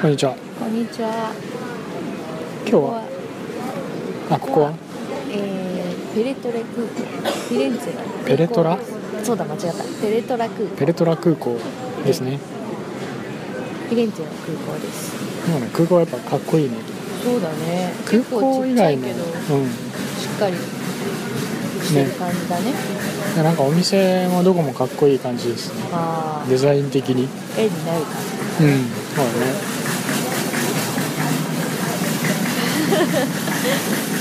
こんにちは。こんにちは。今日は、あ、ここは。えー、ペレトラ空港。フィレンツェ。ペレトラそうだ、間違った。ペレトラ空港。ペレトラ空港ですね。フィレンツェの空港です。今ね、空港はやっぱかっこいいね。そうだね。空港以外の、結うん、構ちっちゃいけど、しっかりしてる感じだね。なんかお店もどこもかっこいい感じですね。あデザイン的に。あ、絵になる感じ。うん、そうだね。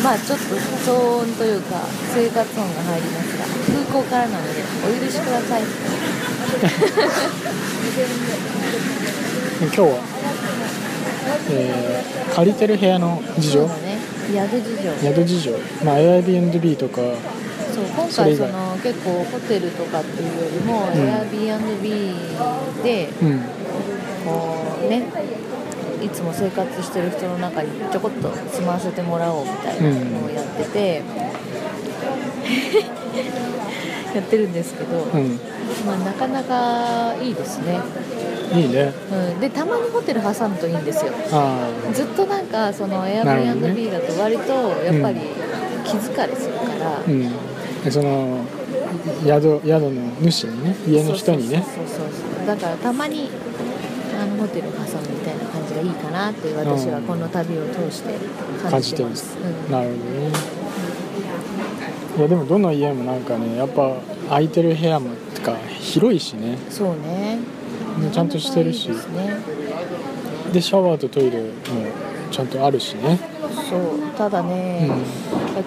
まあちょっと騒音というか生活音が入りますが、空港からなのでお許しください。今日は、えー借りてる部屋の事そ情うだね。宿事情。宿事情、まあ、Airbnb とかそう今それ以回そ外の結構ホテルとかっていうよりも、うん Airbnb でうんこうねいつも生活してる人の中にちょこっと住まわせてもらおうみたいなのをやってて、 やってるんですけど、うんまあ、なかなかいいですね、いいねうん、でたまにホテル挟むといいんですよあずっとなんかそのなるほどね Airbnb だと割とやっぱり気疲れするから、あうんでその宿宿の主にね家の人にねそうそうそうそうだからたまにあのホテルを挟むみたいな感じがいいかなって私はこの旅を通して感感じじててるんまですす、うん、なるほどねいやでもどの家もなんかねやっぱ空いてる部屋もてか広いしねそうねねちゃんとしてるしなかなかいいですねでシャワーとトイレもちゃんとあるしねそうただね、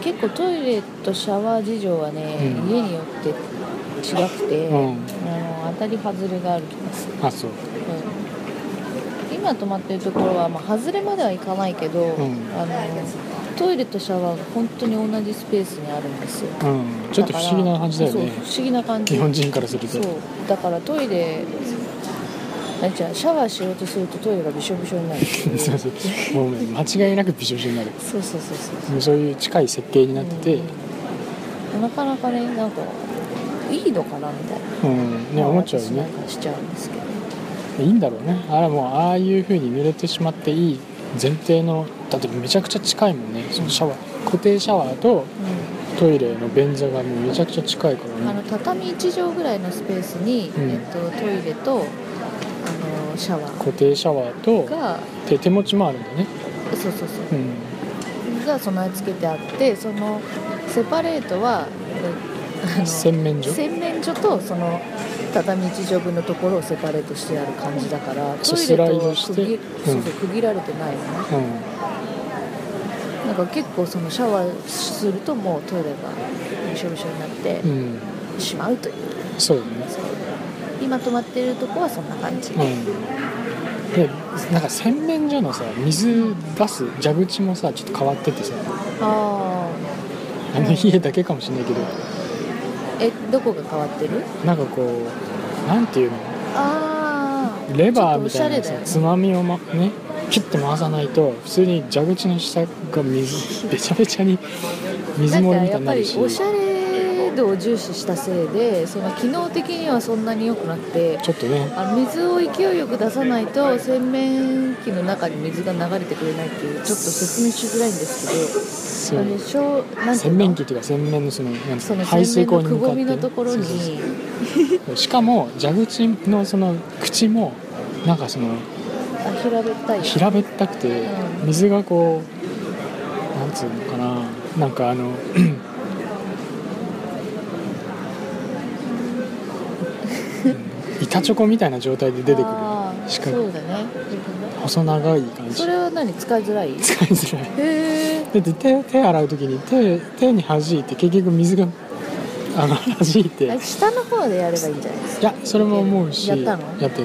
結構トイレとシャワー事情はね、うん家によって違くて、うんあの当たり外れがある気がする、あそううん、今泊まってるところは、まあ、外れまではいかないけど、んあのトイレとシャワーが本当に同じスペースにあるんですようんちょっと不思議な感じだよねからそう不思議な感じ日本人からするそとうだからトイレあじゃあシャワーしようとするとトイレがびしょびしょになる そうそうもうね間違いなくびしょびしょになるそうそうそうそうもうそういう近い設計になってて、うんなかなかねなんかいいのかなみたいなうんね、思っちゃうよ私なんねかしちゃうんですけどいいんだろうねあれもうああいう風に濡れてしまっていい前提のだってめちゃくちゃ近いもんねそのシャワー固定シャワーとトイレの便座がもうめちゃくちゃ近いかうん、あらのね畳1畳ぐらいのスペースに、うんえっと、トイレとあのシャワー固定シャワーとが手手持ちもあるんだねそうそうそううんが備え付けてあってそのセパレートはえあの洗面所洗面所とその畳1畳分のところをセパレートしてある感じだからそトうイスレとライドはし区て切,、そううんそう区切られてないのねうんなんか結構そのシャワーするともうトイレがびしょびしょになってうんしまうという、そうだね今泊まってるとこはそんな感じ、うんでなんか洗面所のさ水出す蛇口もさちょっと変わっててさああの家だけかもしれないけどあえどこが変わってるなんかこうなんていうのああレバーみたいなちさょっとおしゃれだよねつまみを、ま、ねキュッて回さないと普通に蛇口の下が水 べちゃべちゃに水なん漏かれみたやいっにぱなるりしおしゃれ度を重視したせいでその機能的にはそんなに良くなくてちょっとねあの水を勢いよく出さないと洗面器の中に水が流れてくれないっていうちょっと説明しづらいんですそけどあうのしょうなんて洗いう面の器っていうか洗面のそのなんてそいうのの排水洗口面にの向かくぼってね、みのところそにうそうそうしかも蛇口のその口もなんかそのあ平べったい平べったくてうん水がこうなんつうのかななんか あの板チョコみたいな状態で出てくるあー四角いそうだね細長い感じそれは何使い づらいへ使いづらいえで手手洗う時に手手に弾いて結局水があの弾いてい下の方でやればいいんじゃないですかやそれも思うしやったのやってて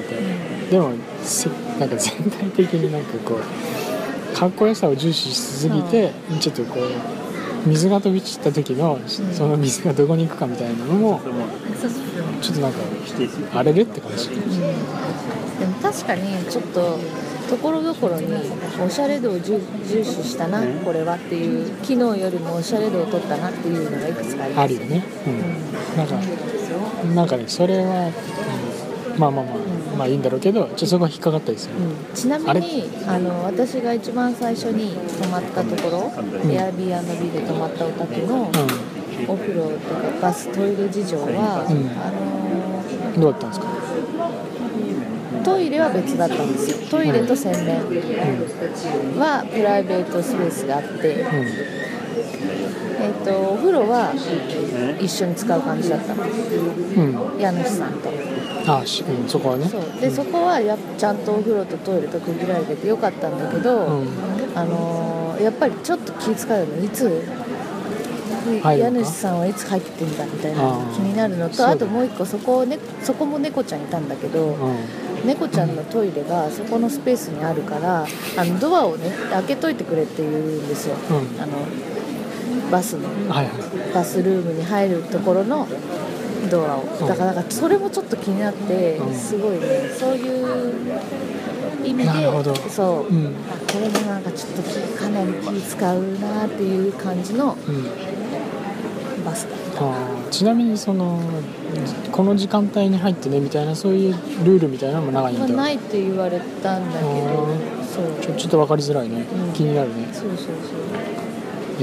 でもせなんか 全体的になんかこうかっこよさを重視しすぎて、ちょっとこう水が飛び散った時の、その水がどこに行くかみたいなのもちょっとなんか荒れるって感じでも確かにちょっとところどころにおしゃれ度を重重視したなこれはっていう機能よりもおしゃれ度を取ったなっていうのがいくつかありますあるよね、うん、なんかなんかねそれは、うんまあまあまあ、まあいいんだろうけどちょっとそこが引っかかったりする、うんちなみにあの私が一番最初に泊まったところ、うん Airbnb で泊まったお宅うのお風呂とかバストイレ事情は、うんあん、どうだったんですか、のトイレは別だったんですよトイレと洗面はプライベートスペースがあって、うんえっとお風呂は一緒に使う感じだったのうんうん、家主さんとあし、うん、そこはねそうでそこはやっぱちゃんとお風呂とトイレと区切られててよかったんだけど、うんあのーやっぱりちょっと気遣うよねいつ入る家のか主さんはいつ入ってんだみたいなあー気になるのそうとだあともう一個そこ,、ね、そこも猫ちゃんいたんだけど、うん、猫ちゃんのトイレがそこのスペースにあるからあのドアをね開けといてくれって言うんですよ、うんあのバスのはいはバスルームに入るところのドアをうんだからなんかそれもちょっと気になって、うんすごいねそういう意味でなるほどそう、いうんあこれもなんかちょっと気かなり気使うなっていう感じのうんバスだったあーちなみにそのこの時間帯に入ってねみたいなそういうルールみたいなのも長いんまあだないって言われたんだけどあそうちょちょっと分かりづらいね、うん気になるねそうそうそう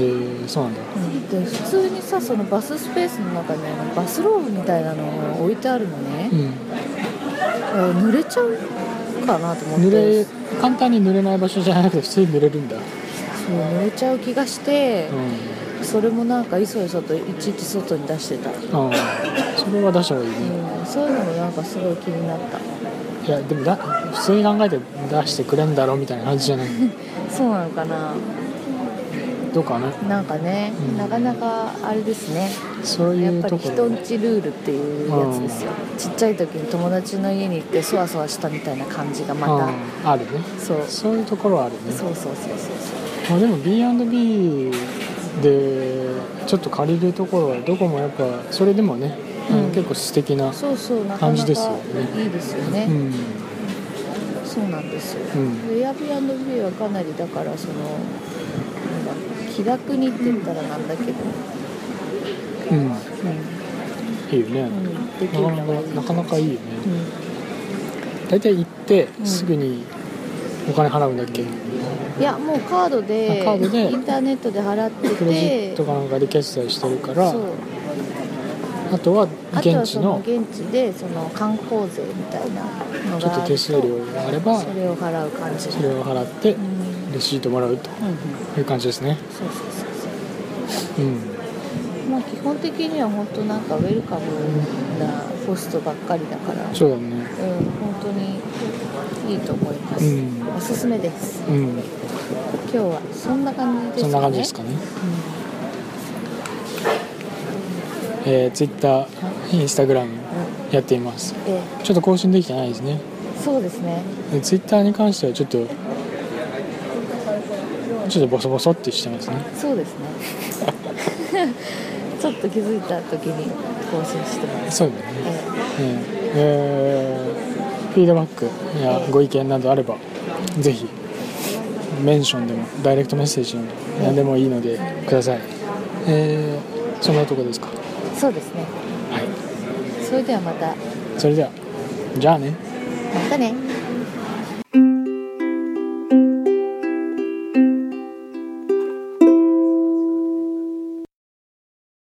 えー、そうなんだうんで普通にさそのバススペースの中にあのバスローブみたいなのを置いてあるのねう、ん濡れちゃうかなと思って濡れ簡単に濡れない場所じゃなくて普通に濡れるんだそう濡れちゃう気がしてう、んそれもなんかいそいそといちいち外に出してた、うあーそれは出した方がいいねん、そういうのもなんかすごい気になったいやでもだ普通に考えて出してくれんだろみたいな感じじゃない そうなのかなどうかななんかね、うんなかなかあれですねそうやいっうぱとりこ人ろんちルールっていうやつですよ、ちっちゃい時に友達の家に行ってそわそわしたみたいな感じがまた、うんあるねそうそそういうところはあるねうそうそうそうそまあ、でも B&B でちょっと借りるところはどこもやっぱそれでもね、あのうん結構素敵なうそうそうなか感なじかですよねいいですよね、うんそうなんですようんエアビービーはかなりだからそのなんだ気楽にって言ったらなんだけど、うんいういよね、んうん、できるなかのながいいかなかなかいいよねうん大体行ってうんすぐにお金払うんだっけ、いやもうカードであカードでインターネットで払っててクレジットかなんかで決済してるからそうあとはあとは現地そのの現地でその観光税みたいなのちょっがあとる手数料があればそれを払う感じそれを払ってうん、うんレシートもらうとうん、いう感じですねそうそうそうそううんまあ、基本的には本当なんかウェルカムなホストばっかりだから、うん、そうだね本当にいいと思います、うんおすすめですうん今日はそんな感じですかねそんな感じですかねえー、Twitter、Instagram うんうんやっていますえちょっと更新できてないですねえそうですねで Twitter に関してはちょっとちょっとボソボソってしてますねそうですね ちょっと気づいた時に更新してます、そうだね、ええーえーフィードバックやご意見などあればぜひメンションでもダイレクトメッセージでも何でもいいのでくださいえー、そんなとこですかえそうですねはいそれではまたまそれではじゃあねたね